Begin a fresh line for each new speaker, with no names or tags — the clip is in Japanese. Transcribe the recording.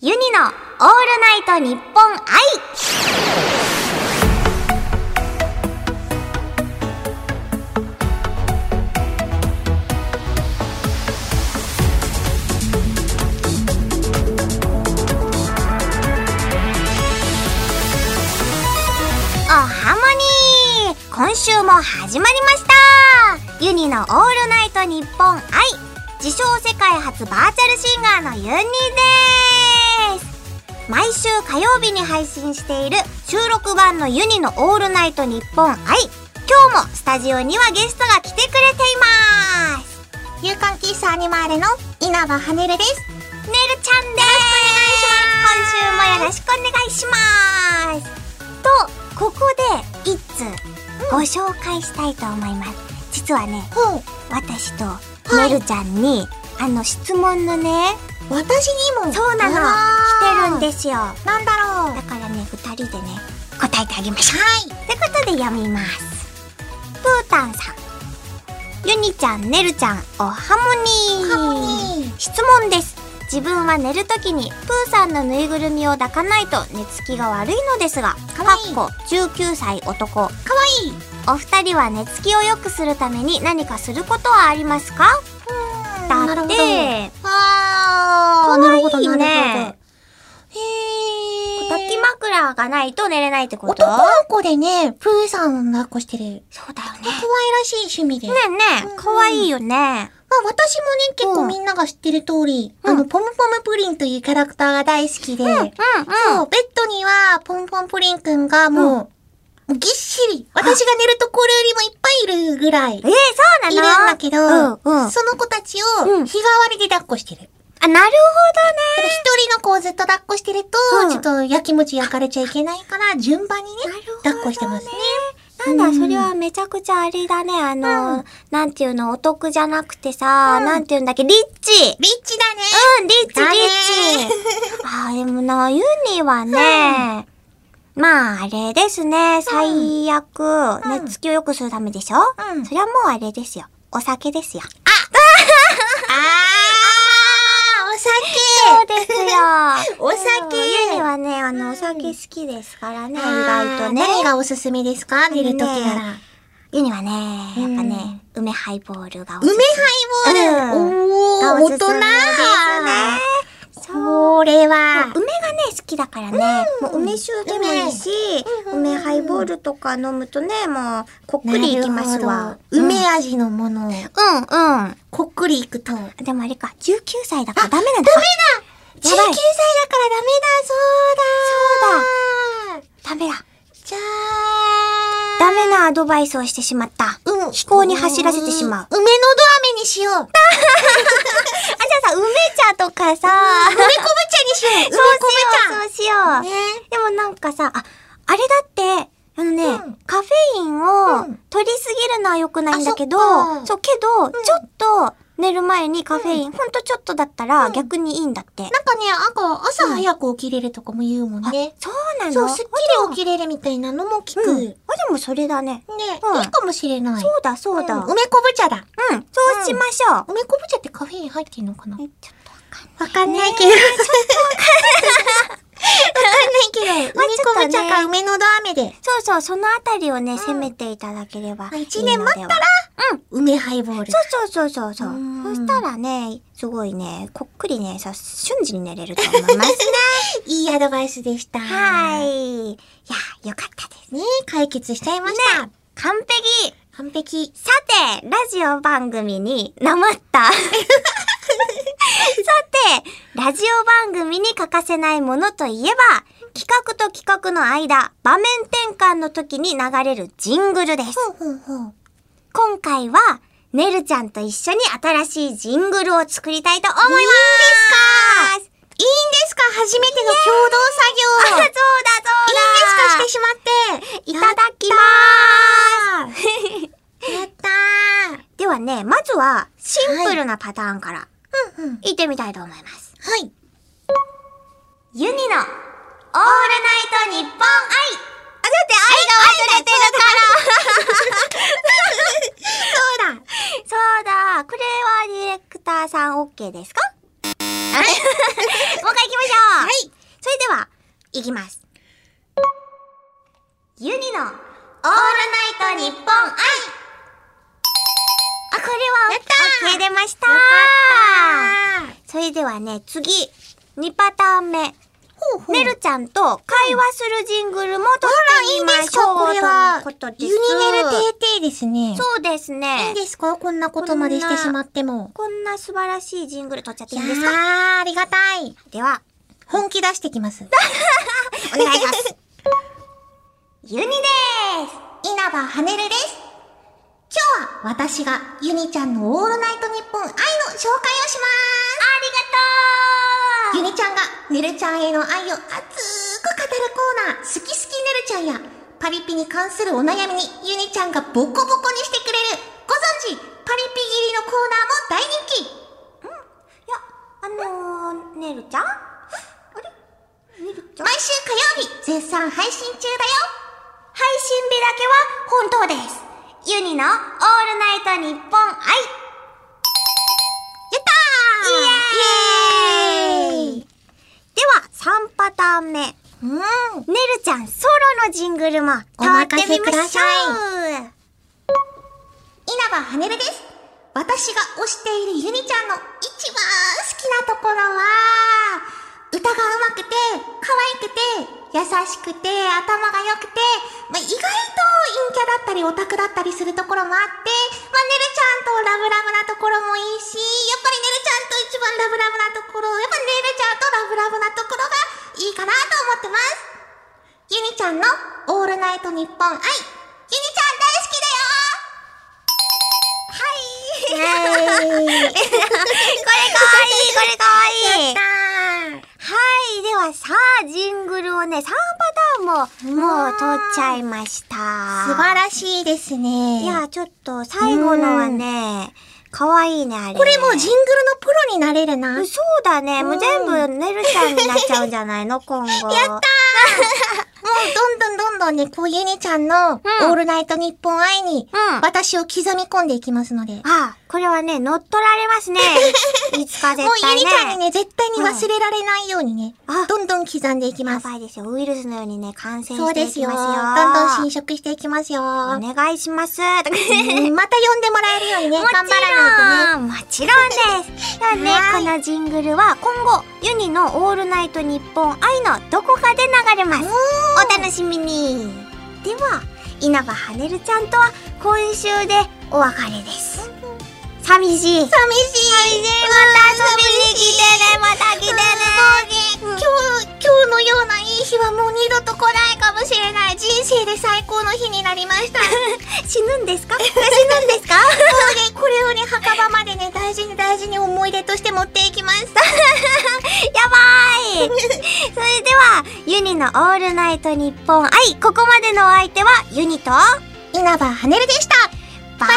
ユニの「オールナイトニッポン愛」おハモニー今週も始まりましたユニの「オールナイトニッポン愛」自称世界初バーチャルシンガーのユニです毎週火曜日に配信している収録版のユニの「オールナイトニッポン愛」今日もスタジオにはゲストが来てくれています夕刊喫茶アニマーレの稲葉はねるですねるちゃんです今週もよろしくお願いしますとここで一通ご紹介したいと思います、実はね私と
い
ねるちゃんに、あの質問のね
私にも
そうな
あ
の来
ー
てるんですよ
なんだ
だ
ろう
からね2人でね答えてあげましょうはいってことで読みますプータンさんユニちゃんねるちゃんおハモニー
ハモニー
質問です自分は寝るときにプーさんのぬいぐるみを抱かないと寝つきが悪いのですが
かわいい
かっこ19歳男
かわいい
お二人は寝つきを良くするために何かすることはありますかだって
なるほどあ
かわ
ーない
いね
るほどなるほどへー
抱き枕がないと寝れないってこと
男の子でね、プーさん抱っこしてる。
そうだよね
可愛らしい趣味で。
ねえね
うんう
え、
ん
かわいいよね。
まあ私もね、結
う
構
ん
みんなが知ってる通り、
うん
あの、ポムポムプリンというキャラクターが大好きで、
うん、うん、うん。
そう、ベッドには、ポンポンプリンくんがもう、もうぎっしり、私が寝るところよりもいっぱいいるぐらい、い
え
るん
え、そうなの
だけど、
うん、うん。
その子たちを
うん
日替わりで抱っこしてる。
あ、なる
だから一人の子をずっと抱っこしてると、
うん
ちょっとやきもち焼かれちゃいけないから、順番にね
ほどね。なるほど。
抱っこしてますね。
なんだ、
うん
それはめちゃくちゃあれだね。あ
う
の、なんていうの、お得じゃなくてさ、
うん
なんていうんだっけ、リッチ。
リッチだね。
うん、リッチ、リ
だ
ッ
ね
チ。 あー、でもな、ユニはね、まあ、あれですね、最悪、
うん
寝つきを良くするためでしょ
うん
それはもうあれですよ。お酒ですよ。
あ
そうですよ
ー、お酒。お酒
うんユニはね、あ
うん
の、お酒好きですからね、意
意
外
外
と
と
ね
ね。。何がおすすめですか寝るときな
あの
ら。
ユニはね、やっぱね、梅ハイボールがおす
梅
す
ハイボール、
が
お
お
ー、大
すすめで
人
すね。そう。
これは、
梅がね、好きだからね、
うん
もう梅酒でもいいし、
うん
梅ハイボールとか飲むとね、もう、こっくりいきますわ。うん
梅味のものを、
うん、うん。
こっくりいくと。ダメだ
でもあれか、19歳だからダメなんだ。ダメ
19歳だからダメだそうだそう
だ
だ
ダメだ。
じゃあ、
ダメなアドバイスをしてしまった。
うん。思
考に走らせてしまう
梅のど飴にしよう。梅昆
あ、じゃあさ、梅茶とかさ、
布茶に しよう。梅昆
そうしよう、そう
布
し
茶。
よ
ね
う。。でもなんかさ、あ、あれだって、あのね、
うん
カフェイン
う
を
ん
取りすぎるのは良くないんだけど、
あそ
そ
っか
う、けど、ちょっと寝る前にカフェイン、ほんとちょっとだったら
うん
逆にいいんだって。
なんかね、なんか朝早く起きれるとかも言うもん
あ
ね。
そうなの
そう、すっき
あ
り起きれるみたいなのも聞
で
く。
もうん。あ、
ね、
でもそれだね。うん
いいかもしれない。
そうだ、そうだ。
うん
うん、
梅昆布茶だ。
そうしましょう。
梅昆布茶ってカフェイン入ってんのかな
えちょっとわかんない。
わかんないけど。わかんないけど、
まあ
梅昆布茶か梅のど飴で、
そうそう、そのあたりをね、攻めていただければいいのでは。
一年待ったら
うん。
梅ハイボール。
そうそうそうそうそうう。
ん
そしたらね、すごいね、こっくりね、さ、瞬時に寝れると思い ますね。
いいアドバイスでした。。
はいい。いや、よかったです。
ね解決しちゃいました。
完璧
完璧。
さて、ラジオ番組に、なま った。さて、ラジオ番組に欠かせないものといえば、企画と企画の間、場面転換の時に流れるジングルです。
ほうほうほう。
今回は、ねるちゃんと一緒に新しいジングルを作りたいと思います。いいんですか
いいんですか初めての共
あ、
同
そう
作業。
だそ うだ。
いいんですか
い
してしまって。
ただきまーす。
す。やった
ではね、まずは、シンプルなパターンから、
ー。うんうん。
いってみたいと思います。
はい。
ユニの、オールナイトニッポン愛あ、だって愛が忘れてる そう
そうだ。
だ、これはディレクターさん OK ですかもう一回行きましょう
はい。
いきます。ユニのオールナイトニッポン愛あ、これは
やったー
OK 出ました
あー
それではね、次、2パターン目。
ほうほう。
ねるちゃんと会話するジングルも撮っ
あ
て
ら、い
み
い
ま
んで
し
す
ょ
か
う
これは。
とのこと
ユ
です
ニネルテーテーですね。
そうです
いい
ね
ん。ですかこんなことまでしてしまっても。
こんな素晴らしいジングル撮っちゃって
い
いい
や
んですか
ー、ありがたい。
では、
本気出してき ます。
お願いします。ユニです
稲葉はねるです。今日は私がユニちゃんのオールナイトニッポン愛の紹介をします。
ありがとう
ユニちゃんがねるちゃんへの愛を熱く語るコーナー、好き好きねるちゃんや、パリピに関するお悩みにユニちゃんがボコボコにしてくれる、ご存知、パリピ切りのコーナーも大人気。
いや、あのー、ねるちゃんあれねるちゃん
毎週火曜日、絶賛配信中だよ。
配信日だけは本当です。ユニのオールナイトニッポン愛
やったー
イエーイでは、3パターン目。ね
うん。
るちゃんソロのジングルも撮ってみま
お任せくだ
しょう
稲葉はねるです。私が推しているゆにちゃんの一番好きなところは、歌が上手くて、可愛くて、優しくて、頭が良くて、まあ、意外と陰キャだったりオタクだったりするところもあって、まあ、ねるちゃんとラブラブなところもいいし、やっぱりねるちゃんと一番ラブラブなところ、やっぱねるちゃんとラブラブなところがいいかなと思ってます。ゆにちゃんのオールナイトニッポン愛、ゆにちゃん大好き
イエ
だよ
ーイこれかわいい、こ れかわいい。はい、ではさあ、ジングルをね、3パターンも、もう撮っちゃいました。
素晴ら しいですね。
いや、ちょっと、最後のはね、かわいいね、あれ。
これもうジングルのプロになれるな。
うんそうだね、もう
うん
全部、ねるちゃんになっちゃうんじゃない の、今後。やったー
もうどんどんどんどんね、こうゆにちゃんのオ
ん
ールナイトニッポン愛に
うん、
私を刻み込んでいきますので。
あ、これはね、乗っ取られ ますね。いつか
もう
絶対
ゆに
ね。
ちゃんにね、絶対に忘れられないようにね、
うんあ
どんどん刻んでいき
や
ます。
ばいですよ。ウイルスのようにね、感染
そう
して
で
い
す
き
よ。
ま
ど
すよ。
んどん侵食していきますよ。
お願いし ます。とか
うんまた呼んでもらえるようにね、
もち
頑張らないとね。
ろん、もちろんです。だね、
は
こ
い
のジングルは今後、ユニのオールナイトニッポン愛のどこかで流れます。お楽しみに。では、稲葉はねるちゃんとは今週でお別れです。寂しい。また
寂しい。
遊びに来てね、また来てね。
もうね、今日、今日のようないい日はもう二度と来ないかもしれない。人生で最高の日になりました。もう
死ぬんですか死ぬんですか
ね、これをね、墓場までね、大事に大事に思い出として持っていきます。
やばい それでは、ユニのオールナイトニッポン愛、ここまでのお相手はユニと、
稲葉はねるでした。
バイバイ